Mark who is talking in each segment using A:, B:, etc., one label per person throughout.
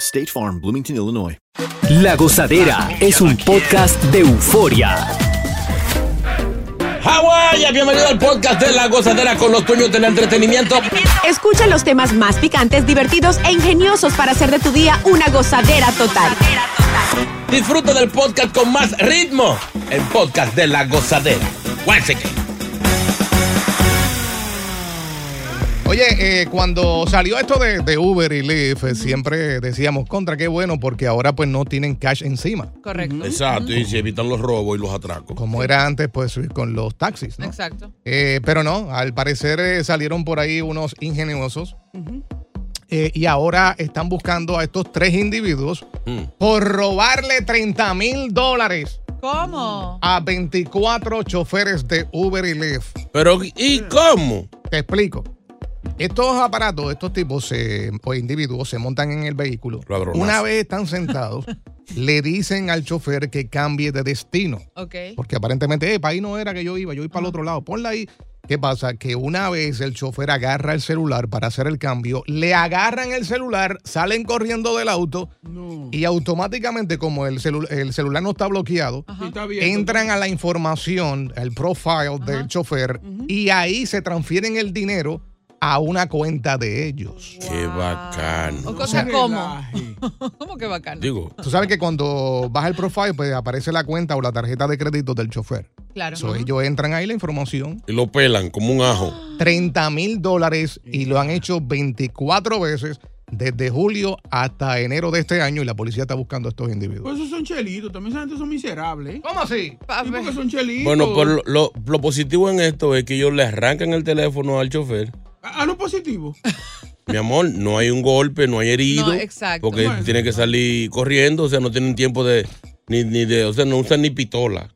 A: State Farm, Bloomington, Illinois.
B: La Gozadera es un podcast de euforia.
C: Hawái, bienvenido al podcast de la gozadera con los dueños del entretenimiento.
D: Escucha los temas más picantes, divertidos e ingeniosos para hacer de tu día una gozadera total.
C: Disfruta del podcast con más ritmo. El podcast de la gozadera. Once again.
E: Oye, eh, cuando salió esto de, de Uber y Lyft, eh, siempre decíamos, contra, qué bueno, porque ahora pues no tienen cash encima.
F: Correcto.
C: Exacto, y se evitan los robos y los atracos.
E: Como era antes, pues con los taxis, ¿no?
F: Exacto.
E: Eh, pero no, al parecer eh, salieron por ahí unos ingeniosos eh, y ahora están buscando a estos tres individuos por robarle 30 mil dólares
F: ¿Cómo?
E: a 24 choferes de Uber y Lyft.
C: Pero, ¿y cómo?
E: Te explico. Estos aparatos, estos tipos eh, o individuos se montan en el vehículo.
C: Ladronazo.
E: Una vez están sentados, le dicen al chofer que cambie de destino.
F: Ok.
E: Porque aparentemente, eh, para ahí no era que yo iba, yo iba
C: Ah.
E: para el otro lado. Ponla ahí. ¿Qué pasa? Que una vez el chofer agarra el celular para hacer el cambio, le agarran el celular, salen corriendo del auto y automáticamente, como el, celu- el celular no está bloqueado, entran a la información, al profile del chofer y ahí se transfieren el dinero a una cuenta de ellos.
C: Qué bacano.
F: O cosa como. ¿Cómo que bacano?
C: Digo,
E: Tú sabes que cuando vas al profile, pues aparece la cuenta o la tarjeta de crédito del chofer.
F: Claro.
E: So, ellos entran ahí la información.
C: y lo pelan como un ajo.
E: 30 mil dólares y lo han hecho 24 veces desde julio hasta enero de este año y la policía está buscando a estos individuos.
G: Pues esos son chelitos, también esa gente son miserables. ¿eh?
E: ¿Cómo así?
F: Pa-
G: Sí, porque son chelitos.
C: Bueno, pero lo, lo- lo positivo en esto es que ellos le arrancan el teléfono al chofer.
G: A, a lo positivo.
C: Mi amor, no hay un golpe, no hay herido.
F: No, exacto.
C: Porque
G: Bueno.
C: tienen que salir corriendo, o sea, no tienen tiempo de. Ni, ni de o sea, no usan ni pistola.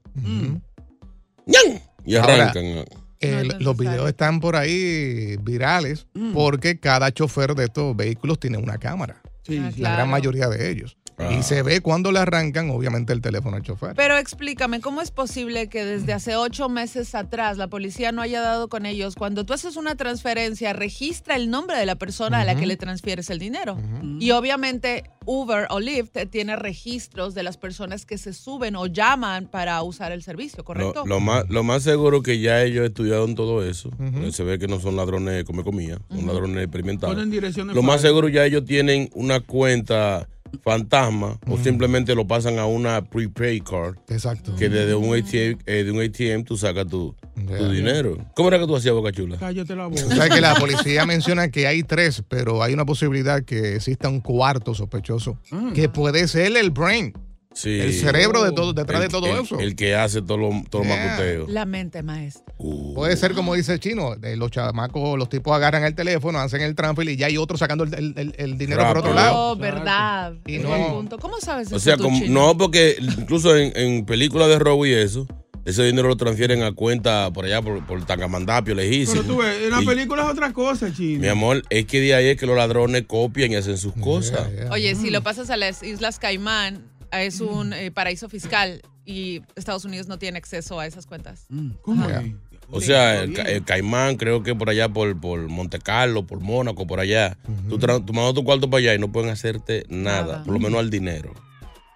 C: ¡Ñan! Y
E: Ahora,
C: arrancan.
E: Eh,
F: no es
E: los
F: necesario. Mm.
E: videos están por ahí virales porque cada chofer de estos vehículos tiene una cámara,
G: Sí,
F: Ah,
G: sí.
E: la
F: Claro.
E: gran mayoría de ellos.
C: Ah.
E: Y se ve cuando le arrancan, obviamente, el teléfono al chofer.
F: Pero explícame, ¿cómo es posible que desde hace ocho meses atrás la policía no haya dado con ellos? Cuando tú haces una transferencia, registra el nombre de la persona a la que le transfieres el dinero.
E: Mm.
F: Y obviamente Uber o Lyft tiene registros de las personas que se suben o llaman para usar el servicio, ¿correcto?
C: Lo, lo más, lo más seguro que ya ellos estudiaron todo eso. eh, Se ve que no son ladrones come comida, son ladrones experimentados.
G: Ponen direcciones
C: Lo más
G: falsas.
C: seguro ya ellos tienen una cuenta fantasma o simplemente lo pasan a una prepaid card
E: Exacto.
C: que desde un ATM, eh, de un ATM tú sacas tu,
E: Ya.
C: tu dinero. ¿Cómo era que tú hacías, Boca Chula?
G: Cállate la
E: Tú
G: boca.
E: sabes que la policía menciona que hay tres, pero hay una posibilidad que exista un cuarto sospechoso,
F: Mm.
E: que puede ser el brain.
C: Sí.
E: El cerebro de todo,
C: El-
E: detrás de todo
C: el-
E: eso.
C: El que hace todo lo, todo lo
E: Yeah.
C: macuteo.
F: La mente, maestra.
C: Uh.
E: Puede ser como dice el chino, de los chamacos, los tipos agarran el teléfono, hacen el transfer y ya hay otro sacando el, el- el- el dinero por
C: Rápido.
E: otro lado.
F: Oh, verdad.
E: Y
F: Buen
E: no-
F: punto. ¿Cómo sabes eso?
C: O sea,
F: tú,
C: como,
F: Chino?
C: no, porque incluso en, en películas de robo y eso, ese dinero lo transfieren a cuenta por allá, por, por Tangamandapio, lejísimo.
G: Pero tú ves, en la
C: Y,
G: película es otra cosa, chino.
C: Mi amor, es que de ahí es que los ladrones copian y hacen sus cosas.
F: Oye, si lo
E: Mm.
F: pasas a las Islas Caimán, es un eh, paraíso fiscal y Estados Unidos no tiene acceso a esas cuentas.
G: Mm, ¿Cómo es?
C: O sea, el, ca- el Caimán, creo que por allá, por, por Monte Carlo, por Mónaco, por allá. Tú, tra- tú mandas tu cuarto para allá y no pueden hacerte nada,
F: Nada.
C: por lo menos al dinero.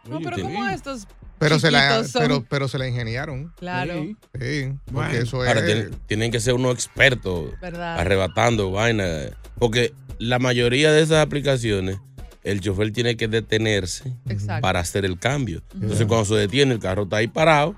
F: No, pero
C: sí.
F: ¿cómo estos?
E: Pero se, la,
F: chiquitos son?
E: pero, pero se la ingeniaron.
F: Claro,
G: Sí.
E: Sí, porque
G: Bueno.
E: eso es.
C: Ahora, tienen, tienen que ser unos expertos
F: ¿verdad?
C: arrebatando vaina. Porque la mayoría de esas aplicaciones el chofer tiene que detenerse
F: Exacto.
C: para hacer el cambio. Entonces, cuando se detiene, el carro está ahí parado,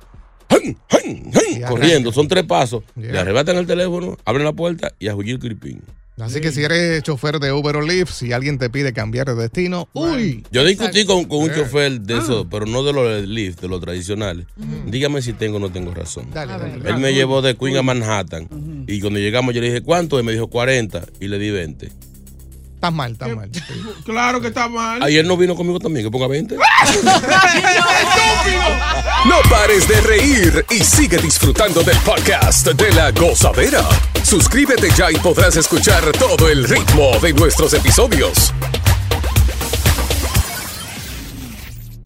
C: ¡jum, jum, jum! corriendo, son tres pasos. Le arrebatan el teléfono, abren la puerta y a Julio Cripín.
E: Así que si eres chofer de Uber o Lyft, si alguien te pide cambiar de destino, uy.
C: Yo discutí con, con un
E: Eh.
C: chofer de eso, pero no de los de Lyft, de los tradicionales. Dígame si tengo o no tengo razón.
E: Dale, dale.
C: Él me llevó de Queen a Manhattan. Y cuando llegamos, yo le dije, ¿cuánto? Él me dijo 40 y le di 20.
E: Estás mal, estás mal.
G: Eh, Claro que está mal.
C: Ayer no vino conmigo también, que ponga 20.
H: No pares de reír y sigue disfrutando del podcast de la gozadera. Suscríbete ya y podrás escuchar todo el ritmo de nuestros episodios.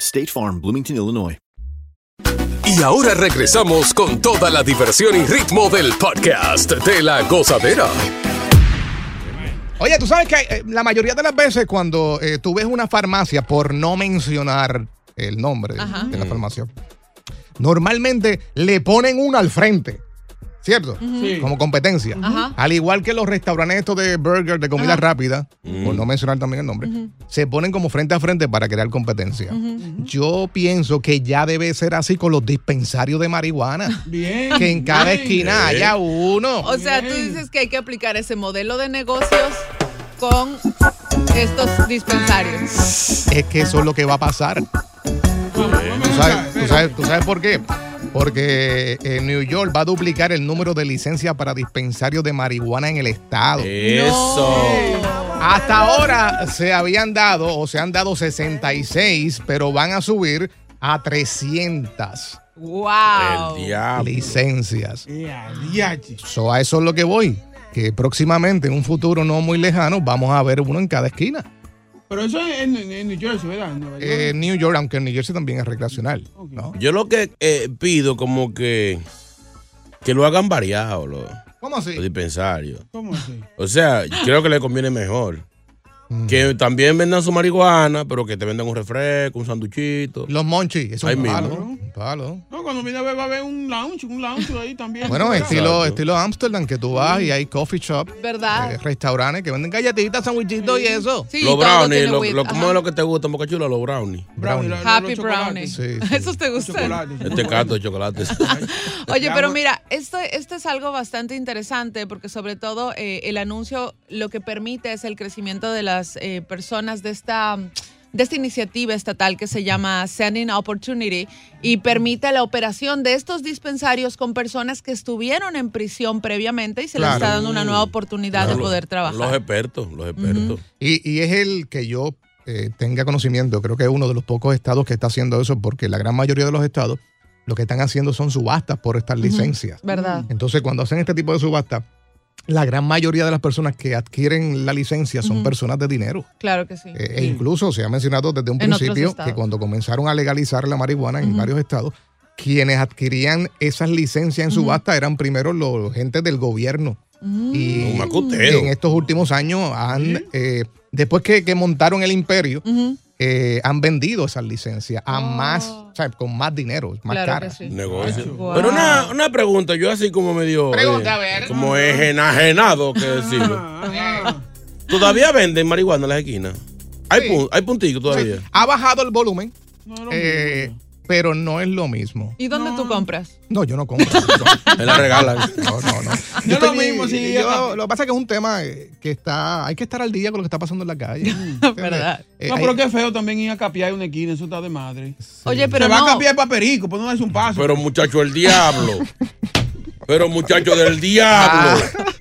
A: State Farm, Bloomington, Illinois.
H: Y ahora regresamos con toda la diversión y ritmo del podcast de la gozadera.
E: Oye, tú sabes que eh, la mayoría de las veces cuando eh, tú ves una farmacia, por no mencionar el nombre
I: Ajá. Mm.
E: de la farmacia, normalmente le ponen una al frente. ¿Cierto?
I: Ujú. Sí.
E: Como competencia.
I: Ajá.
E: Al igual que los restaurantes estos de burger, de comida rápida,
I: Mm.
E: por no mencionar también el nombre, se ponen como frente a frente para crear competencia. Yo pienso que ya debe ser así con los dispensarios de marihuana.
G: Bien.
E: Que en cada
G: Bien.
E: esquina haya uno.
F: O sea, tú dices que hay que aplicar ese modelo de negocios con estos dispensarios.
E: es que eso es lo que va a pasar. ¿Tú sabes, tú sabes- tú sabes por qué? Porque eh, New York va a duplicar el número de licencias para dispensarios de marihuana en el estado.
C: Eso.
E: Hasta ahora se habían dado o se han dado 66, pero van a subir a 300
F: ¡Wow!
E: licencias. So, a eso es lo que voy. Que próximamente, en un futuro no muy lejano, vamos a ver uno en cada esquina.
G: Pero eso es en, en- en New Jersey, ¿verdad? En Nueva York.
E: Eh, New York, aunque New Jersey también es recreacional. ¿no?
C: Yo lo que eh, pido como que que lo hagan variado los,
E: ¿Cómo así?
C: los dispensarios.
G: ¿Cómo así?
C: O sea, creo que le conviene mejor.
E: Mm.
C: Que también vendan su marihuana, pero que te vendan un refresco, un sanduchito.
E: Los monchis, eso
C: Ahí
E: es un
C: mismo.
E: palo. un palo.
G: No, cuando viene a ver, va a haber un lounge, un lounge ahí también.
E: Bueno,
G: ¿verdad?
E: estilo, estilo Amsterdam, que tú vas y hay coffee shop,
F: ¿Verdad?
E: eh, restaurantes que venden galletitas, sandwichitos y eso.
F: Ah. Sí,
C: los
F: todo
C: brownies,
F: tiene
C: lo,
F: weed,
C: lo- ¿cómo
F: ajá.
C: es lo que te gusta, Boca Chula? Los brownies.
F: Happy brownie. ¿Esos te gustan?
C: Este cato de chocolates.
F: Oye, pero mira, esto, esto es algo bastante interesante porque sobre todo eh, el anuncio lo que permite es el crecimiento de las eh, personas de esta de esta iniciativa estatal que se llama Sending Opportunity y permite la operación de estos dispensarios con personas que estuvieron en prisión previamente y se les
C: Claro.
F: está dando una nueva oportunidad
C: Claro,
F: de poder trabajar.
C: Los expertos, los expertos.
E: Y, y es el que yo eh, tenga conocimiento. Creo que es uno de los pocos estados que está haciendo eso, porque la gran mayoría de los estados lo que están haciendo son subastas por estas licencias.
F: ¿Verdad?
E: Entonces, cuando hacen este tipo de subastas, la gran mayoría de las personas que adquieren la licencia son
F: Ujú.
E: personas de dinero.
F: Claro que sí.
E: Eh, E incluso se ha mencionado desde un
F: En otros
E: principio
F: estados.
E: que cuando comenzaron a legalizar la marihuana en varios estados, quienes adquirían esas licencias en subasta eran primero los gente del gobierno. Y
C: Un macuteo.
E: en estos últimos años han, eh, después que, que montaron el imperio, eh, han vendido esas licencias a más, o sea, con más dinero,
C: Oh.
E: más
C: Claro que
E: caras.
C: Negocio. Pero una, una pregunta, yo así como medio.
E: Pregunta,
C: eh,
E: a ver.
C: Como enajenado, que decirlo.
G: Ah.
C: ¿Todavía venden marihuana en las esquinas? Hay,
E: Sí.
C: pun- hay puntitos todavía.
E: Ha bajado el volumen. eh, pero no es lo mismo.
F: ¿Y dónde tú compras?
E: No, yo no compro.
C: Me la regalan.
E: No, no, no.
G: No es lo mismo, sí,
E: yo- lo que pasa es que es un tema eh, que está. Hay que estar al día con lo que está pasando en la calle.
G: Mm. ¿Verdad?
E: Eh,
G: no,
E: hay-
G: pero qué feo también ir a capiar en una esquina, eso está de madre.
F: Oye, pero
G: Se va
F: no.
G: a capiar para perico, pues no es un paso.
C: Pero muchacho el diablo. Pero muchacho del
E: Ah.
C: diablo.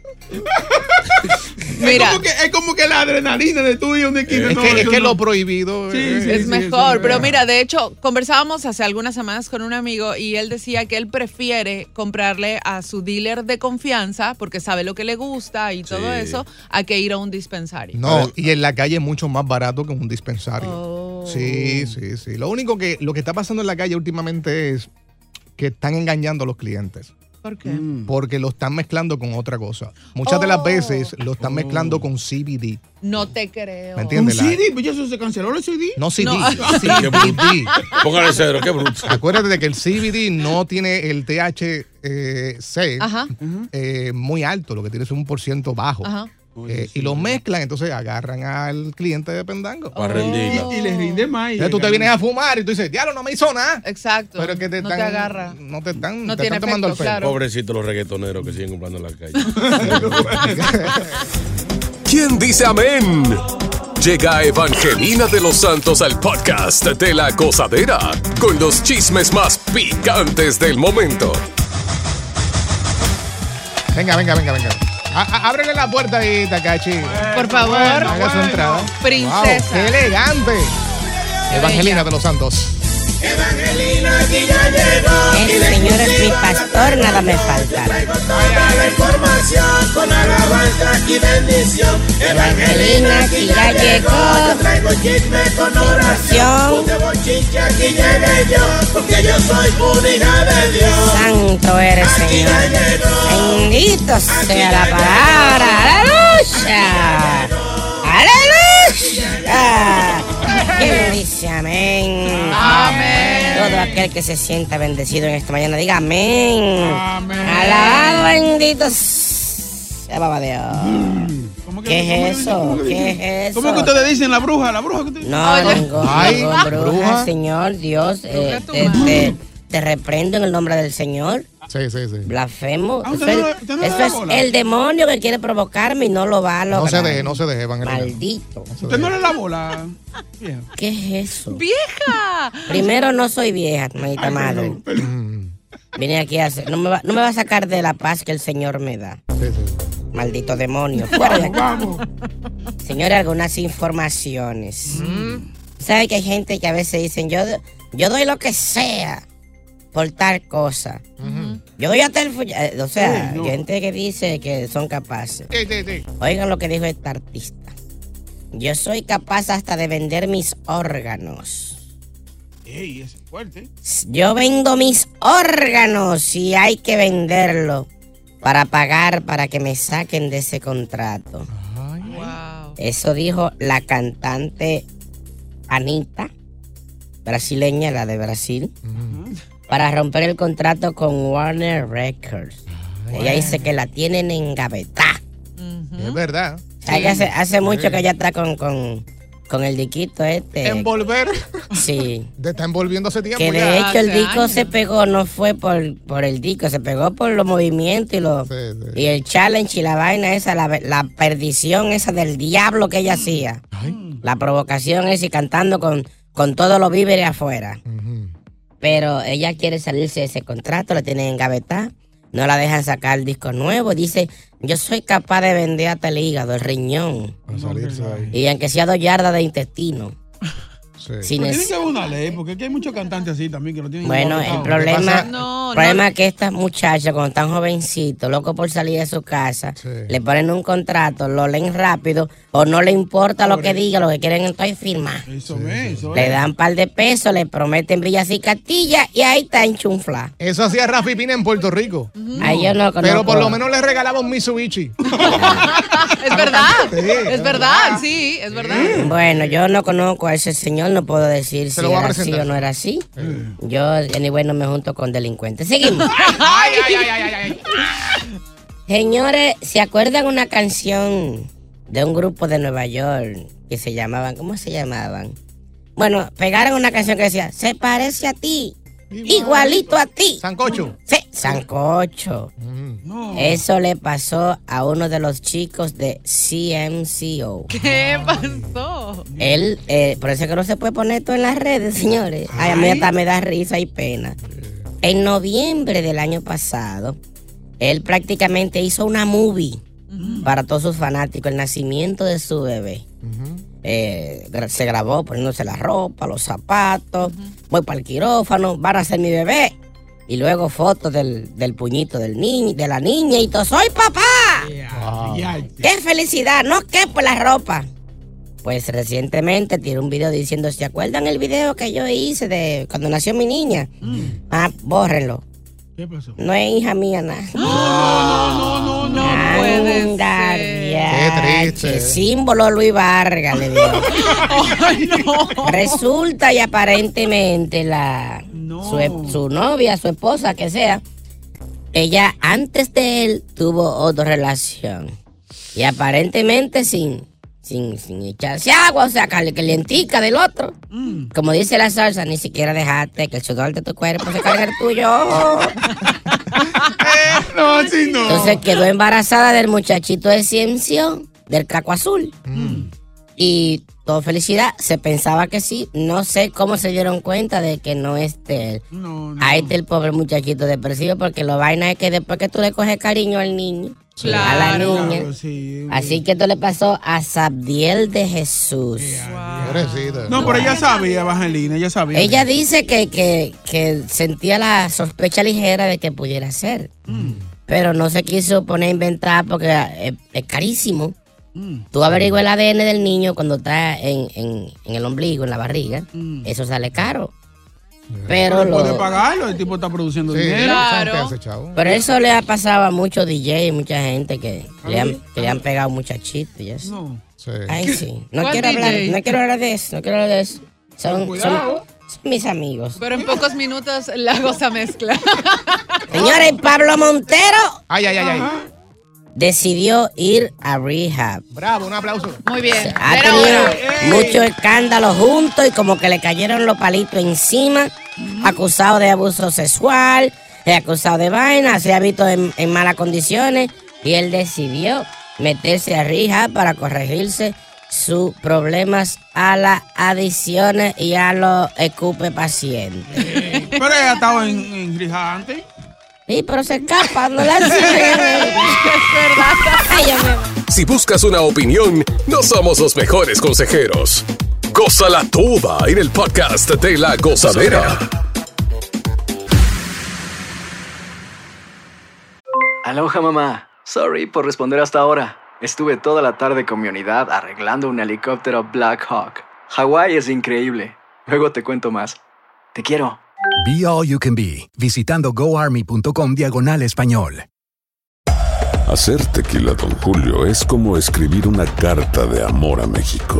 G: Mira. Es como que, es como que la adrenalina de tú y una esquina.
E: Es
G: no,
E: que, es
G: eso
E: que
G: no.
E: lo prohibido. eh,
F: es Pues mejor, pero mira, de hecho, conversábamos hace algunas semanas con un amigo y él decía que él prefiere comprarle a su dealer de confianza, porque sabe lo que le gusta y todo eso, a que ir a un dispensario.
E: No, y en la calle es mucho más barato que en un dispensario.
C: Oh.
E: Sí, sí, sí. Lo único que lo que está pasando en la calle últimamente es que están engañando a los clientes.
F: ¿Por qué?
E: Porque lo están mezclando con otra cosa. Muchas de
C: Oh.
E: las veces lo están mezclando con CBD.
F: No te creo.
E: ¿Me entiendes?
G: Un
E: La-
G: CD, pues ya eso se canceló el CD.
E: No CD.
G: No.
C: Qué
E: CBD.
C: Póngale cero, qué bruto.
E: Acuérdate de que el CBD no tiene el THC
F: Ajá.
E: eh, muy alto, lo que tiene es un por ciento bajo.
F: Ajá.
E: Eh, y lo mezclan, entonces agarran al cliente de pendango.
F: Oh.
C: Para rendirla.
G: Y les rinde más. y
E: Entonces tú te
G: ganan.
E: vienes a fumar y tú dices, diablo, no me hizo nada.
F: Exacto.
E: Pero es que te
F: no
E: están,
F: te agarra.
E: No te están,
F: No
E: te
F: tiene
E: están tomando
F: efecto,
E: el pelo.
F: claro.
C: Pobrecito los reggaetoneros que siguen comprando en la calle.
H: ¿Quién dice amén? Llega Evangelina de los Santos al podcast de la gozadera con los chismes más picantes del momento.
E: Venga, venga, venga, venga. A- a- ábrele la puerta ahí, Takachi.
F: Por favor.
E: Haga su entrada.
F: Princesa.
E: Wow, ¡Qué elegante! Evangelina de los Santos.
I: El Señor es mi pastor, nada me faltará. Evangelina aquí ya llegó. Yo. Santo eres, Señor. Bendito sea la palabra. Aleluya. Aleluya. ¿Quién dice amén? Amén. Todo aquel que se sienta bendecido en esta mañana, diga amén. Amén. Alabado, bendito sea papá Dios. ¿Qué es eso? ¿Qué es eso?
G: ¿Cómo es que ustedes dicen la bruja? La bruja que ustedes
I: No, ningún-
G: Ay,
I: ningún bruja,
G: bruja.
I: Señor, Dios, eh,
G: tu
I: te,
G: madre.
I: te- te reprendo en el nombre del Señor.
E: Sí, sí, sí.
I: Blasfemo.
G: Ah,
I: eso
G: usted
I: es,
G: no le- usted no le
I: eso
G: da
I: es
G: bola.
I: el demonio que quiere provocarme y no lo va a
E: No
I: lograr.
E: se deje, no se deje, Evangelina.
I: Maldito.
G: Usted no le da bola. vieja.
I: ¿Qué es eso?
F: ¡Vieja!
I: Primero, no soy vieja, hermanita madre. Mm. Vine aquí a hacer. No me, va, no me va a sacar de la paz que el Señor me da. Maldito demonio. Fuera de aquí. Señor, algunas informaciones.
E: Mm.
I: ¿Sabe que hay gente que a veces dicen, yo, do- yo doy lo que sea por tal cosa? Yo doy hasta el... full- eh, O sea,
E: Uy, no.
I: gente que dice que son capaces.
E: Sí, sí, sí.
I: Oigan lo que dijo este artista. Yo soy capaz hasta de vender mis órganos.
G: Ey, ese es fuerte.
I: Yo vendo mis órganos y hay que venderlo para pagar para que me saquen de ese contrato.
F: Wow.
I: Eso dijo la cantante Anita, brasileña, la de Brasil, para romper el contrato con Warner Records.
E: Ah,
I: Ella dice que la tienen en gaveta.
E: Es verdad.
I: Hace, hace mucho que ella está con, con, con el diquito este.
E: Envolver.
I: Sí.
E: Te está envolviendo hace tiempo.
I: Que
E: ya.
I: de hecho el disco se pegó, no fue por, por el disco, se pegó por los movimientos y, los, y el challenge y la vaina esa, la, la perdición esa del diablo que ella hacía. La provocación esa y cantando con, con todos los víveres afuera. Pero ella quiere salirse de ese contrato, la tienen en gaveta, no la dejan sacar el disco nuevo. Dice, yo soy capaz de vender hasta el hígado, el riñón
E: Para salirse de ahí.
I: y aunque sea dos yardas de intestino.
G: Pero
I: Si
G: tiene
I: neces-
G: que haber una ley, porque aquí hay muchos cantantes así también que lo tienen.
I: Bueno, el
G: guardado.
I: problema,
F: No,
I: el problema es que estas muchachas, cuando están jovencitos, locos por salir de su casa, le ponen un contrato, lo leen rápido, o no le importa lo que diga, lo que quieren entonces firmar.
G: Eso es, eso
I: Le
G: es.
I: dan par de pesos, le prometen villas y castillas, y ahí está enchunfla.
E: Eso hacía Rafi Pina en Puerto Rico.
I: Ahí yo no
E: Pero por
I: conozco.
E: lo menos le regalaba un Mitsubishi.
F: Es verdad.
E: Sí,
F: Es
E: es
F: verdad, sí, es verdad.
I: Bueno, yo no conozco a ese señor, no puedo decir si
E: lo voy a
I: era así
E: presentar. Mm.
I: o no era así. Yo, anyway, no me junto con delincuentes. Seguimos.
E: ay, ay, ay, ay, ay, ay.
I: Señores, ¿se acuerdan una canción de un grupo de Nueva York que se llamaban, ¿cómo se llamaban? Bueno, pegaron una canción que decía, se parece a ti, Igualito a ti.
E: ¿Sancocho?
I: Sí, sancocho. Eso le pasó a uno de los chicos de CMCO.
F: ¿Qué pasó?
I: Él, eh, por eso es que no se puede poner todo en las redes, señores. Ay, a mí hasta me da risa y pena. En noviembre del año pasado, él prácticamente hizo una movie para todos sus fanáticos, el nacimiento de su bebé. Eh, gra- se grabó poniéndose la ropa, los zapatos, voy para el quirófano, van a ser mi bebé. Y luego fotos del, del puñito del niño, de la niña y todo, soy papá. ¡Qué felicidad! No que por la ropa. Pues recientemente tiró un video diciendo, ¿se acuerdan el video que yo hice de cuando nació mi niña?
E: Mm,
I: Ah, bórrenlo.
G: ¿Qué pasó?
I: No es hija mía nada.
G: No, no, no, no, no puede
I: Qué triste. Símbolo Luis Vargas, le digo. Resulta y aparentemente la su, e- su novia, su esposa, que sea, ella antes de él tuvo otra relación. Y aparentemente sin, sin, sin echarse agua, o sea, cal- calientica del otro.
E: mm,
I: Como dice la salsa, ni siquiera dejaste que el sudor de tu cuerpo se cargue el tuyo.
E: no, sí, no.
I: Entonces quedó embarazada del muchachito de Ciencio, del caco azul.
E: Mm,
I: Y todo felicidad, se pensaba que sí. No sé cómo se dieron cuenta de que no es de él. Ahí está el pobre muchachito depresivo, porque lo vaina es que después que tú le coges cariño al niño, a la niña. Así que esto le pasó a Sabdiel de Jesús.
G: No, pero ella sabía, Evangelina, ella sabía.
I: Ella dice que, que- que sentía la sospecha ligera de que pudiera ser. Pero no se quiso poner a inventar porque es, es carísimo. Tú averiguas el ADN del niño cuando está en, en- en el ombligo, en la barriga. Eso sale caro. Pero
G: Pero puede
I: lo,
G: pagarlo, el tipo está produciendo dinero.
I: pero eso le ha pasado a muchos DJ y mucha gente que le han, que le han pegado muchachitos. y eso. Ay, sí. No
F: ¿Cuál
I: quiero, hablar,
F: DJ?
I: no quiero hablar de eso. No quiero hablar de eso. Son, son-
F: cuidado.
I: son mis amigos.
F: Pero en pocos minutos la goza mezcla.
I: Señores, Pablo Montero.
E: Ay, ay, ay, ay.
I: Decidió ir a rehab.
E: Bravo, un aplauso.
F: Muy Ah, bien.
I: Ha
F: Pero
I: tenido
F: bueno,
I: mucho escándalo juntos y como que le cayeron los palitos encima. Acusado de abuso sexual, eh, acusado de vaina, se ha visto en, en malas condiciones y él decidió meterse a rehab para corregirse sus problemas a las adicciones y a los escupe pacientes.
G: Pero ella estaba en, en Grija antes.
I: Sí, pero se escapa, no la cierren. Ay, yo me-
H: Si buscas una opinión, no somos los mejores consejeros. Cosa la tuba en el podcast de la gozadera.
J: Aloha mamá. Sorry por responder hasta ahora. Estuve toda la tarde con mi unidad arreglando un helicóptero Black Hawk. Hawái es increíble. Luego te cuento más. Te quiero.
K: Be All You Can Be, visitando goarmy.com diagonal español.
L: Hacer tequila, Don Julio, es como escribir una carta de amor a México.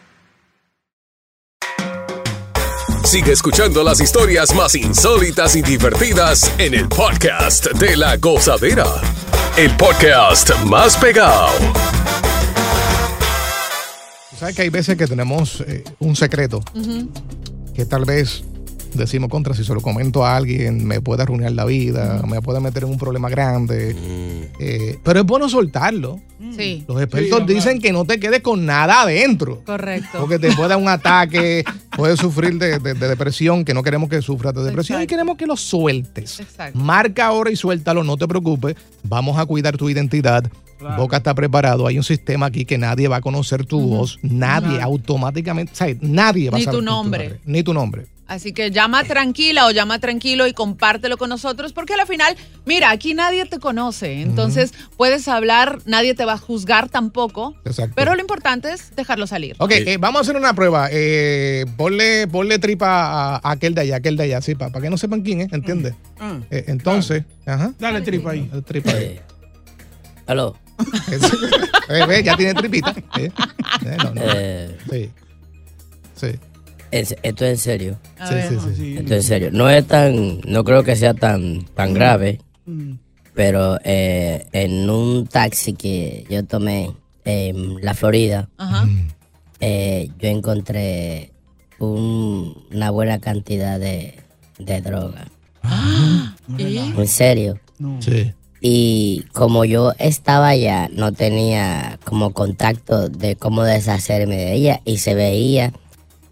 H: Sigue escuchando las historias más insólitas y divertidas en el podcast de la gozadera. El podcast más pegado.
E: Tú ¿Sabes que hay veces que tenemos eh, un secreto que tal vez decimos contra, si se lo comento a alguien, me puede arruinar la
F: Mm.
E: vida, me puede meter en un problema grande. Eh, pero es bueno soltarlo.
F: Sí.
E: Los expertos dicen que no te quedes con nada adentro.
F: Correcto.
E: Porque te puede dar un ataque, puedes sufrir de, de- de depresión, que no queremos que sufras de depresión y queremos que lo sueltes.
F: Exacto.
E: Marca ahora y suéltalo, no te preocupes. Vamos a cuidar tu identidad. Boca está preparado. Hay un sistema aquí que nadie va a conocer tu voz. Nadie automáticamente, o sea, nadie va
F: Ni
E: a saber
F: tu
E: quién tú
F: nombre.
E: eres, Ni tu nombre.
F: Así que llama tranquila o llama tranquilo y compártelo con nosotros, porque al final, mira, aquí nadie te conoce, entonces puedes hablar, nadie te va a juzgar tampoco,
E: Exacto.
F: pero lo importante es dejarlo salir.
E: Ok, eh, vamos a hacer una prueba. Eh, ponle, ponle tripa a, a aquel de allá, aquel de allá, sí, para que no
F: Mm.
E: sepan quién es, ¿entiendes?
G: Ah.
E: Eh, entonces, ajá.
G: Dale tripa ahí.
E: Tripa ahí.
M: Aló.
E: Eh, ve, ya tiene tripita. eh. Eh, no, no.
M: Eh,
E: Sí. Sí.
M: es- esto es en serio.
E: A Sí, ver. sí, sí, sí.
M: Esto es en serio. No es tan, no creo que sea tan, tan grave, pero eh, en un taxi que yo tomé en la Florida,
F: Ajá.
E: Mm.
M: eh, yo encontré un- una buena cantidad de, de droga.
E: Ah,
F: ¿Y?
M: En serio.
E: Sí.
M: Y como yo estaba allá, no tenía como contacto de cómo deshacerme de ella y se veía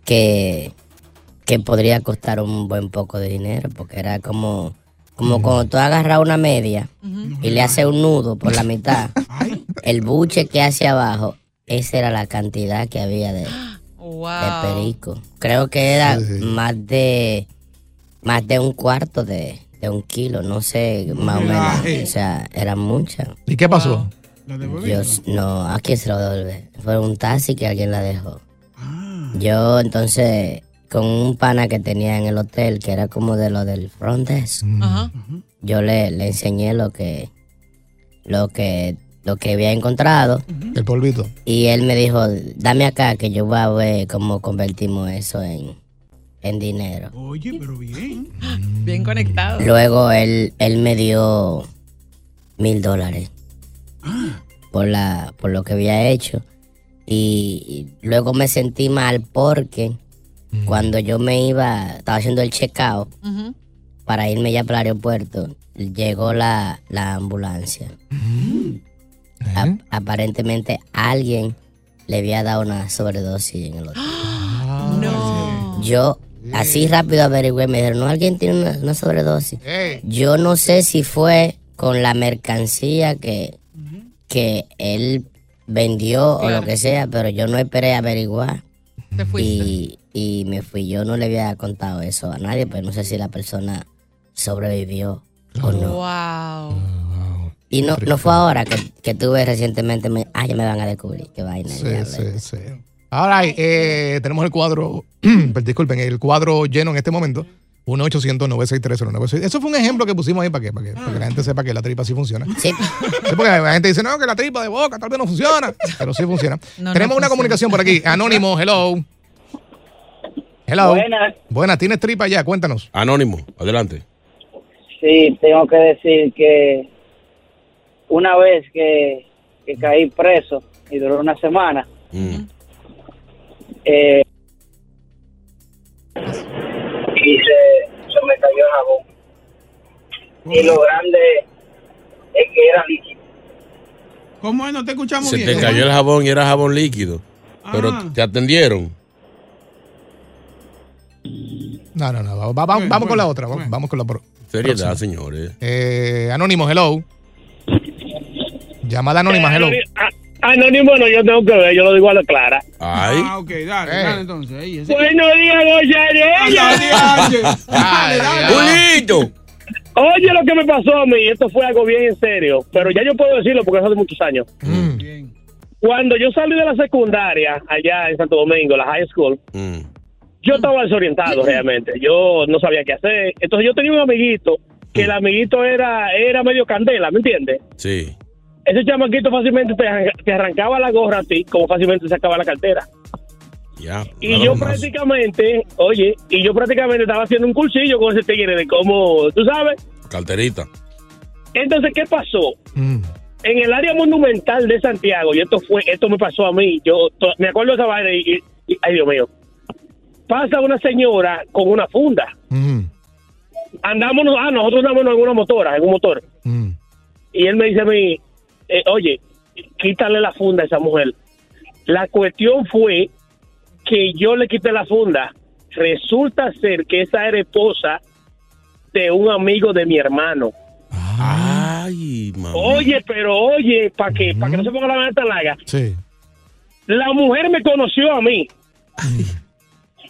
M: que, que podría costar un buen poco de dinero, porque era como, como cuando tú agarras una media y le haces un nudo por la mitad, el buche que hace abajo, esa era la cantidad que había de, de perico. Creo que era más de más de un cuarto de, de un kilo, no sé, más o menos. O sea, era mucha.
E: ¿Y qué pasó?
M: Yo, s- no, ¿a quién se lo devolvé? Fue un taxi que alguien la dejó. Yo entonces, con un pana que tenía en el hotel, que era como de lo del front desk,
E: Mm.
F: Ajá.
M: yo le, le enseñé lo que, lo que, lo que había encontrado.
E: El polvito.
M: Y él me dijo, dame acá que yo voy a ver cómo convertimos eso en, en dinero.
G: Oye, pero bien.
F: Bien conectado.
M: Luego él, él me dio mil dólares por, la, por lo que había hecho. Y, y luego me sentí mal porque cuando yo me iba, estaba haciendo el check-out
F: Ujú.
M: para irme ya para el aeropuerto, llegó la, la ambulancia. A- aparentemente alguien le había dado una sobredosis en el hotel. no. Yo así rápido averigüé, me dijeron, no, alguien tiene una, una sobredosis. Yo no sé si fue con la mercancía que, que él vendió o lo que sea, pero yo no esperé averiguar. Y, y me fui, yo no le había contado eso a nadie, pues no sé si la persona sobrevivió o no.
F: Wow.
M: Y no, no fue ahora que, que tuve recientemente, me, ah, ya me van a descubrir, qué vaina.
E: Sí, sí, sí. Ahora eh, tenemos el cuadro, pero disculpen, el cuadro lleno en este momento. 1 800 963 Eso fue un ejemplo que pusimos ahí para que, para que, para que la gente sepa que la tripa sí funciona.
M: Sí.
E: porque la gente dice, no, que la tripa de boca tal vez no funciona, pero sí funciona.
N: No, no
E: Tenemos una
N: funciona.
E: comunicación por aquí. Anónimo, hello. Hello.
N: Buenas.
E: Buenas, tienes tripa ya, cuéntanos.
C: Anónimo, adelante.
N: Sí, tengo que decir que una vez que, que caí preso y duró una semana, eh, y se, se me cayó el jabón. Y lo grande es que era líquido.
G: ¿Cómo es? No te escuchamos
C: Se
G: bien.
C: te cayó el jabón y era jabón líquido. Pero te atendieron.
E: No, no, no, va- va- va- vamos con la otra, va- vamos con la pro-
C: Seriedad, señores.
E: Eh, anónimo, hello. Llamada
O: Eh,
E: anónima, hello.
O: Anónimo, no, yo tengo que ver, yo lo digo a la clara.
C: Ay.
G: Ah, ok, dale, dale entonces. Ahí, ese-
O: Buenos días, doña
C: Julito.
O: Oye, lo que me pasó a mí, esto fue algo bien en serio, pero ya yo puedo decirlo porque hace muchos años. Cuando yo salí de la secundaria, allá en Santo Domingo, la high school,
C: Mm.
O: yo estaba desorientado realmente. Yo no sabía qué hacer. Entonces yo tenía un amiguito, que el amiguito era, era medio candela, ¿me entiendes?
C: Mm. Sí.
O: Ese chamaquito fácilmente te, arranca- te arrancaba la gorra a ti, como fácilmente te sacaba la cartera.
C: Ya.
O: Y yo prácticamente, oye, y yo prácticamente estaba haciendo un cursillo con ese tigre de cómo, tú sabes.
C: Carterita.
O: Entonces, ¿qué pasó? En el área monumental de Santiago, y esto fue, esto me pasó a mí, yo to- me acuerdo de esa vaina y, y- y- ay Dios mío, pasa una señora con una funda. Andámonos, ah, nosotros andámonos en una motora, en un motor. Y él me dice a mí, eh, oye, quítale la funda a esa mujer. La cuestión fue que yo le quité la funda. Resulta ser que esa era esposa de un amigo de mi hermano.
C: Ay, mamá.
O: Oye, pero oye, para que, pa' que no se ponga la mano tan larga.
E: Sí.
O: La mujer me conoció a mí.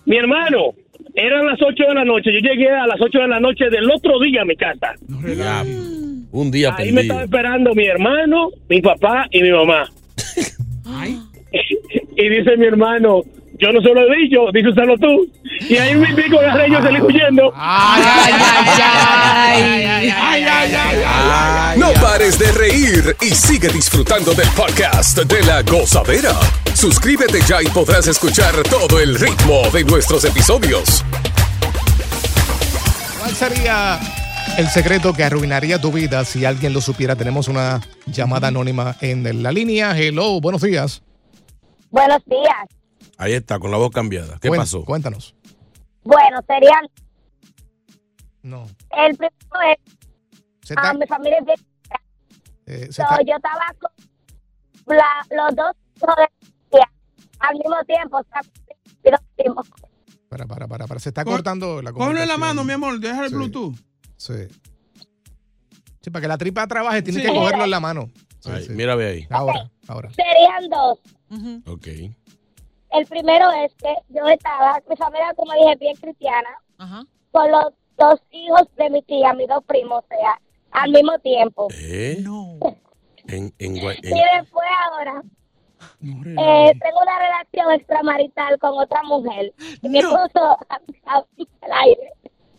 O: mi hermano, eran las 8 de la noche. Yo llegué a las 8 de la noche del otro día a mi casa.
C: Ya. Un día
O: Ahí me
C: perdido.
O: estaba esperando mi hermano, mi papá y mi mamá. y dice mi hermano, yo no se lo he dicho, díselo tú. Y ahí me pico agarré yo y salí huyendo. Ay, ay,
H: ay, ay, ay, ay, ay.
L: No pares de reír y sigue disfrutando del podcast de la gozadera. Suscríbete ya y podrás escuchar todo el ritmo de nuestros episodios.
E: ¿Cuál sería el secreto que arruinaría tu vida si alguien lo supiera? Tenemos una llamada anónima en la línea. Hello, buenos días.
P: Buenos días.
C: Ahí está, con la voz cambiada. ¿Qué
E: Cuen-
C: pasó?
E: Cuéntanos.
P: Bueno, serían.
E: No.
P: El primero es.
E: Se
P: ah,
E: está-
P: mi familia es bien.
E: eh, se
P: So,
E: está-
P: Yo estaba con la- los dos hijos de mi tía al mismo tiempo. o sea, y los primos.
E: Para, para, para, para. Se está cortando la
G: Ponlo en la
E: comunicación.
G: mano, mi amor. Deja el
E: Sí.
G: Bluetooth.
E: Sí. Sí, para que la tripa trabaje, tienes
G: Sí.
E: que cogerlo en la mano.
C: Ahí, Mira, ve ahí.
E: Ahora, ahora.
P: Serían dos.
C: Ok.
P: El primero es que yo estaba, mi familia, como dije, bien cristiana, con los dos hijos de mi tía, mis dos primos, o sea, al mismo tiempo.
C: ¿Eh? No. En, en, Gua- en-
F: Eh,
P: Y después ahora, eh, tengo una relación extramarital con otra mujer. Y mi esposo al aire.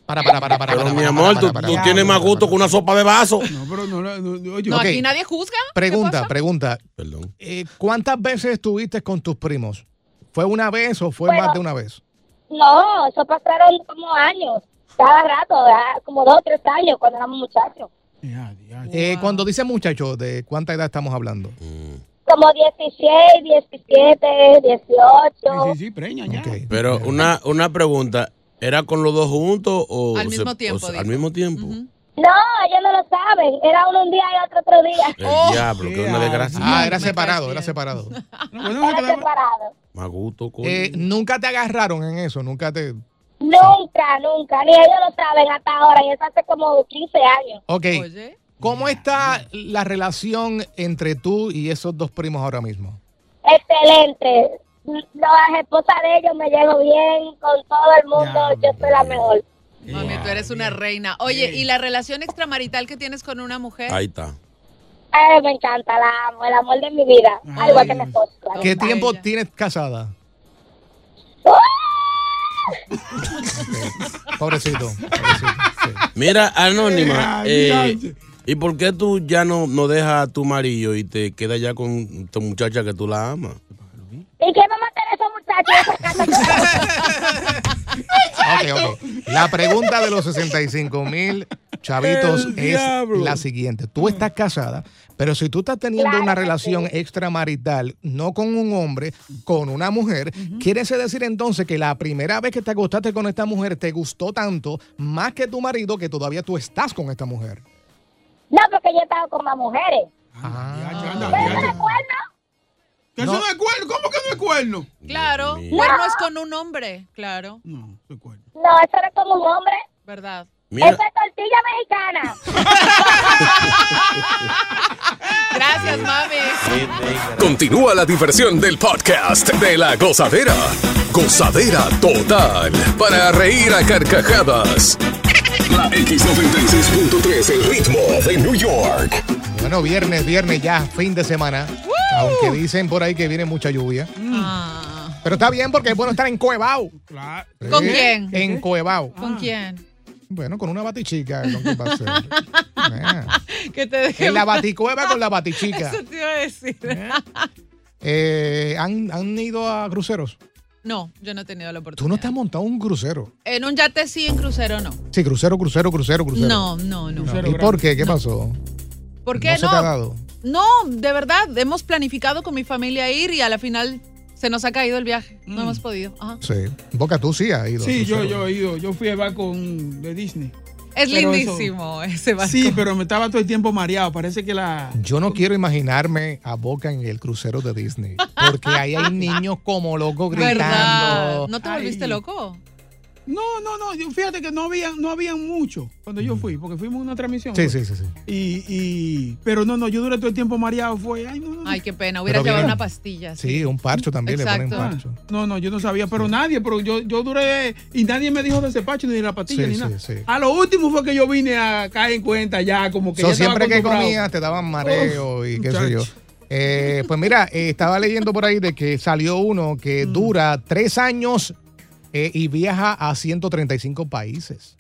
E: Para, para, para, para.
C: Pero mi amor, tú, tú tienes más gusto que una sopa de vaso.
F: No,
E: Ok,
F: aquí nadie juzga.
E: Pregunta, pregunta. Perdón. ¿Cuántas veces estuviste con tus primos? ¿Fue una vez o fue
P: Bueno.
E: más de una vez?
P: No, eso pasaron como años, cada rato, ¿verdad? como dos o tres años cuando éramos muchachos.
E: Eh, cuando dice muchachos, ¿de cuánta edad estamos hablando?
P: Como 16, 17, 18.
G: preña
P: ya.
C: Pero una, una pregunta, ¿era con los dos juntos o
P: Al mismo tiempo,
C: o
P: dijo.
C: al mismo tiempo?
P: No, ellos no lo saben. Era uno un día y otro otro día.
C: El
F: Oh.
E: Oh,
C: diablo, que una desgracia.
E: Ah, era separado, era separado.
P: Era separado.
C: Más gusto, coño.
E: Eh, nunca te agarraron en eso, nunca te.
P: Nunca, nunca. Ni ellos lo saben hasta ahora. Y eso hace como 15 años.
E: Ok. ¿Cómo está la relación entre tú y esos dos primos ahora mismo?
P: Excelente. Las esposas de ellos me llevo bien con todo el mundo. Yo soy la mejor.
F: Mami, tú eres una reina. Oye, ¿y la relación extramarital que tienes con una mujer?
C: Ahí está.
P: Ay, me encanta, la amo. El amor de mi vida. Al igual que mi esposo. claro
E: ¿Qué
P: está.
E: tiempo tienes casada? Pobrecito.
C: Mira, Anónima, eh, ¿y por qué tú ya no, no dejas a tu marido y te quedas ya con tu muchacha que tú la amas?
P: ¿Y qué vamos a hacer esos muchachos? en esa casa?
E: Ok, ok. La pregunta de los 65 mil chavitos
C: El
E: es
C: diablo.
E: la siguiente. Tú estás casada, pero si tú estás teniendo una relación extramarital, no con un hombre, con una mujer, ¿quiere eso decir entonces que la primera vez que te acostaste con esta mujer te gustó tanto, más que tu marido, que todavía tú estás con esta mujer?
P: No, porque yo he estado con más mujeres.
G: ¿Que eso no es cuerno? ¿Cómo que no es cuerno?
F: Claro.
G: mío.
F: Cuerno es con un hombre, claro.
P: No, eso era como un hombre.
F: ¿Verdad?
C: Mira.
P: Eso es tortilla mexicana.
F: Gracias, mami.
H: Continúa la diversión del podcast de la gozadera. Gozadera total. Para reír a carcajadas. La X96.3, el ritmo de New York.
E: Bueno, viernes, viernes ya, fin de semana.
G: Ah.
E: Aunque dicen por ahí que viene mucha lluvia.
G: Mm.
E: Pero está bien porque es bueno estar en Coevao.
F: ¿Con quién?
E: En Coevao.
F: ¿Con quién?
E: Ah, Bueno, con una batichica. ¿con qué va a ser?
F: Que te deje
E: en la
F: una-
E: baticueva con la batichica.
F: Eso te iba a decir.
E: Eh, ¿han, han ido a cruceros?
F: No, yo no he tenido la
E: Tú
F: oportunidad.
E: no te has montado un crucero.
F: En un yate sí, en crucero no.
E: Sí, crucero, crucero, crucero, crucero.
F: No, no, no.
E: ¿Y por qué? ¿Qué pasó?
F: ¿Por qué
E: se
F: no?
E: te ha dado?
F: No, de verdad, hemos planificado con mi familia ir y a la final se nos ha caído el viaje.
E: Mm.
F: No hemos podido. Ajá.
E: Sí. Boca, tú sí has ido. a
G: Sí, yo,
E: crucero.
G: yo he ido. Yo fui a barco mm, de Disney.
F: Es
G: Pero eso-
F: lindísimo ese barco.
G: Sí, pero me estaba todo el tiempo mareado. Parece que la.
E: Yo no quiero imaginarme a Boca en el crucero de Disney. Porque ahí hay niños como locos
F: ¿Verdad?
E: gritando.
F: ¿No te volviste loco?
G: No, no, no. yo- Fíjate que no habían, no habían mucho cuando yo fui, porque fuimos a una transmisión.
E: Mm. Sí,
G: fue.
E: sí, sí. sí.
G: Y, y- pero no, no, yo duré todo el tiempo mareado. Fue, ay, no, no.
F: Ay, qué pena. Hubiera
E: Pero
F: llevado
E: bien.
F: una pastilla.
E: Sí, un parcho también le ponen
F: Exacto.
E: parcho.
G: Ah, No, no, yo no sabía, pero nadie, pero yo, yo duré y nadie me dijo de ese pacho ni de la patilla
E: Sí,
G: ni
E: sí,
G: nada.
E: sí.
G: A lo último fue que yo vine a caer en cuenta ya, como que
E: So,
G: ya estaba
E: siempre que
G: acostumbrado.
E: comías te daban mareo
G: Uf,
E: y qué sé yo.
G: muchacho.
E: Mm. Eh, pues mira, eh, estaba leyendo por ahí de que salió uno que dura tres años eh, y viaja a 135 países.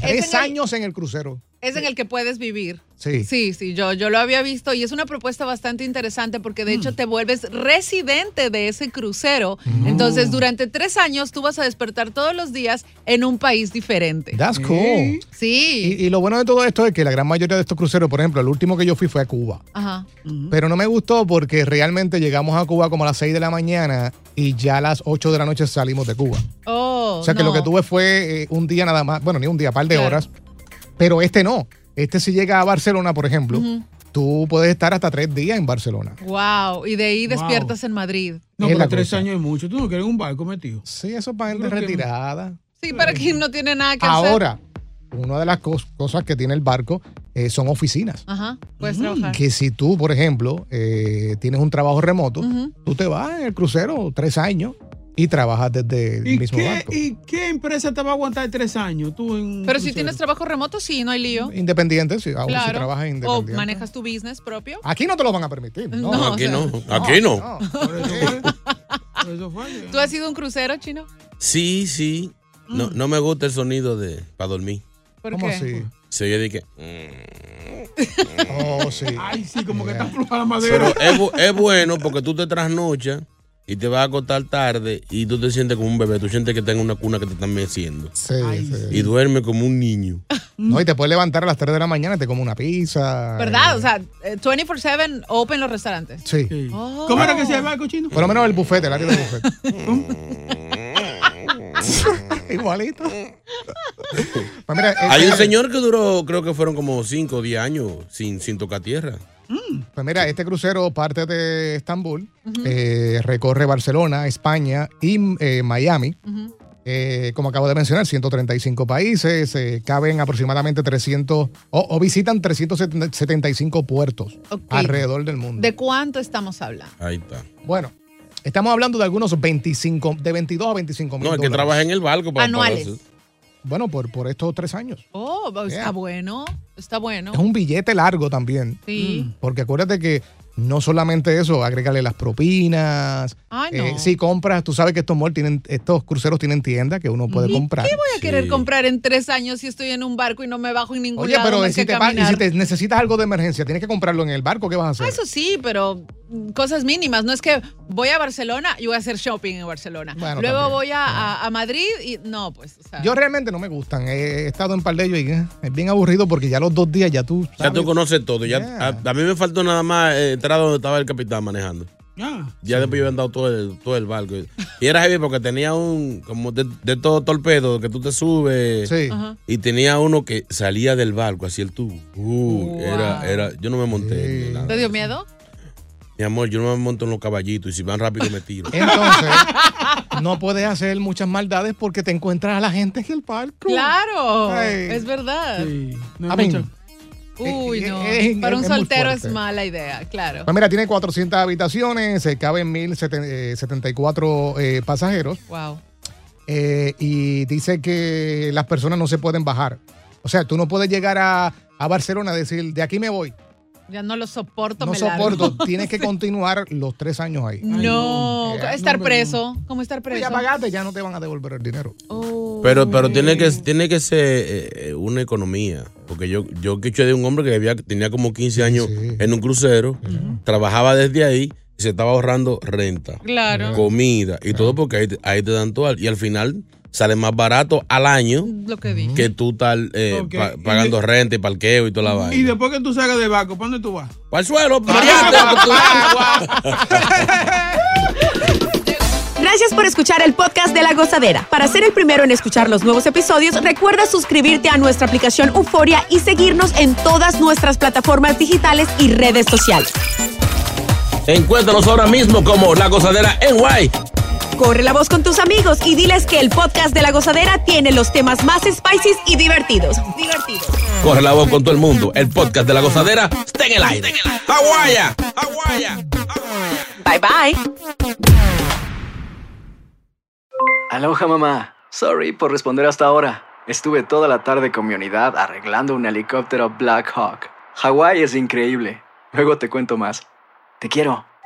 E: Tres
F: en el-
E: años en el crucero.
F: Es en el que puedes vivir.
E: Sí.
F: Sí, sí, yo, yo lo había visto y es una propuesta bastante interesante porque de
E: Mm.
F: hecho te vuelves residente de ese crucero. Entonces, durante tres años tú vas a despertar todos los días en un país diferente.
E: That's cool.
F: Sí.
E: Y, y lo bueno de todo esto es que la gran mayoría de estos cruceros, por ejemplo, el último que yo fui fue a Cuba.
F: Ajá.
E: Pero no me gustó porque realmente llegamos a Cuba como a las 6 de la mañana y ya a las 8 de la noche salimos de Cuba.
F: Oh,
E: O sea que
F: no.
E: lo que tuve fue eh, un día nada más, bueno, ni un día, par de
F: Claro.
E: horas. Pero este no. Este si llega a Barcelona, por ejemplo,
F: Ujú.
E: tú puedes estar hasta tres días en Barcelona.
F: Wow. Y de ahí
G: Wow.
F: despiertas en Madrid.
G: No,
E: Es la
G: pero tres
E: cosa.
G: años es mucho. Tú no quieres un barco metido.
E: Sí, eso es para gente retirada.
F: Sí, para quien no tiene nada que hacer.
E: Ahora, una de las cos- cosas que tiene el barco eh, son oficinas.
F: Ajá. Ah,
G: Mm.
F: Puedes
E: Mm,
F: trabajar.
E: Que si tú, por ejemplo, eh, tienes un trabajo remoto,
F: Ujú.
E: tú te vas en el crucero tres años y trabajas desde el
G: ¿Y
E: mismo
G: qué,
E: barco.
G: ¿Y qué empresa te va a aguantar tres años? Tú en
F: Pero si tienes trabajo remoto, sí, no hay lío.
E: Independiente, sí, aún si
F: Claro.
E: trabajas
F: O
E: independiente.
F: manejas tu business propio.
E: Aquí no te lo van a permitir. No,
C: No, aquí no. Aquí no.
F: ¿Tú has ido a un crucero, chino?
C: Sí, sí. No, no me gusta el sonido de para dormir.
F: Mm. ¿Por
E: ¿Cómo
F: qué?
E: así?
C: Se oye de que. "Mm".
E: Oh, sí.
G: Ay, sí, como que está floja la madera.
C: Pero eh, es, bu- es bueno porque tú te trasnochas y te vas a acostar tarde y tú te sientes como un bebé. Tú sientes que tengo una cuna que te están meciendo.
E: Sí, sí.
C: Y duerme como un niño.
E: No, y te puedes levantar a las 3 de la mañana y te como una pizza.
F: ¿Verdad? O sea, eh, 24-7 open los restaurantes.
E: Sí.
F: Oh.
G: ¿Cómo era que se llama el cochino?
E: Por lo menos el bufete, el área del bufete.
C: Mm.
E: Igualito. Pues mira, eh,
C: Hay un
E: eh,
C: señor que duró, creo que fueron como 5 o 10 años sin, sin tocar tierra.
E: Pues mira, este crucero parte de Estambul, eh, recorre Barcelona, España y eh, Miami. Eh, como acabo de mencionar, 135 países, eh, caben aproximadamente 300 o, o visitan 375 puertos
F: Ok.
E: alrededor del mundo.
F: ¿De cuánto estamos hablando?
C: Ahí está.
E: Bueno, estamos hablando de algunos 25, de 22 a 25 mil
C: No, es que trabaja en el barco. Para, para
F: Anuales.
C: eso.
E: Bueno, por, por estos tres años.
F: Oh, está
E: Yeah.
F: bueno. Está bueno.
E: Es un billete largo también. Mm.
F: Sí.
E: Porque acuérdate que no solamente eso, agrégale las propinas. Eh,
F: Ay, no.
E: si compras, tú sabes que estos malls tienen, estos cruceros tienen tiendas que uno puede
F: ¿Y
E: comprar.
F: ¿Qué voy a querer comprar en tres años si estoy en un barco y no me bajo en ningún
E: Oye,
F: lado?
E: pero
F: más
E: si
F: que
E: te, va- y
F: caminar?
E: si te necesitas algo de emergencia, tienes que comprarlo en el barco, ¿qué vas a hacer?
F: Ah, eso sí, pero mm, cosas mínimas. No es que voy a Barcelona y voy a hacer shopping en Barcelona.
E: Bueno,
F: Luego
E: también.
F: voy a, a- a Madrid y no, pues. o sea,
E: Yo realmente no me gustan. He estado en par de ellos y eh, es bien aburrido porque ya los dos días ya tú
C: Ya
E: sabes.
C: tú conoces todo. Ya, a, a mí me faltó nada más eh, entrar donde estaba el capitán manejando. Ya después yo había andado todo el, todo el barco. Y era heavy porque tenía un, como de, de todo torpedo que tú te subes.
E: Sí.
F: Ajá.
C: Y tenía uno que salía del barco, así el tubo. Uh, era, era, yo no me monté. ni nada.
F: ¿Te dio miedo?
C: Mi amor, yo no me monto en los caballitos y si van rápido me tiro.
E: Entonces, no puedes hacer muchas maldades porque te encuentras a la gente en el barco.
F: Claro,
E: Ay.
F: es verdad.
E: I mean,
F: Uy,
E: Eh,
F: no.
E: eh, eh,
F: Para un
E: es muy
F: soltero es
E: fuerte.
F: mala idea, claro.
E: Pues mira, tiene 400 habitaciones, eh, caben eh, 1074 eh, pasajeros
F: Wow.
E: eh, y dice que las personas no se pueden bajar. O sea, tú no puedes llegar a, a Barcelona y decir, de aquí me voy.
F: Ya no lo soporto,
E: No
F: me largo.
E: soporto, tienes que continuar los tres años ahí.
F: No,
E: Eh,
F: estar
E: no, Pues
F: preso. ¿Cómo estar preso?
E: Ya pagaste, ya no te van a devolver el dinero.
C: Pero, pero tiene que, tiene que ser eh, eh, una economía. Porque yo, yo escuché de un hombre que había, tenía como 15 años en un crucero, trabajaba desde ahí y se estaba ahorrando renta,
F: Claro.
C: comida y todo porque ahí, te- ahí te dan todo. Y al final sale más barato al año
F: Lo que dije.
C: que tú tal eh,
G: Ok.
C: pa- pagando renta y parqueo y toda la vaina.
G: Y después que tú salgas de barco, ¿para dónde tú vas?
C: Para el suelo,
D: Gracias por escuchar el podcast de La Gozadera. Para ser el primero en escuchar los nuevos episodios, recuerda suscribirte a nuestra aplicación Euforia y seguirnos en todas nuestras plataformas digitales y redes sociales.
C: Encuéntranos ahora mismo como La Gozadera en Guay.
D: Corre la voz con tus amigos y diles que el podcast de La Gozadera tiene los temas más spicy y divertidos. Divertidos.
C: Corre la voz con todo el mundo. El podcast de La Gozadera está en el aire. ¡Aguaya! ¡Aguaya!
D: Bye bye.
J: Aloha mamá. Sorry por responder hasta ahora. Estuve toda la tarde con mi unidad arreglando un helicóptero Black Hawk. Hawái es increíble. Luego te cuento más. Te quiero.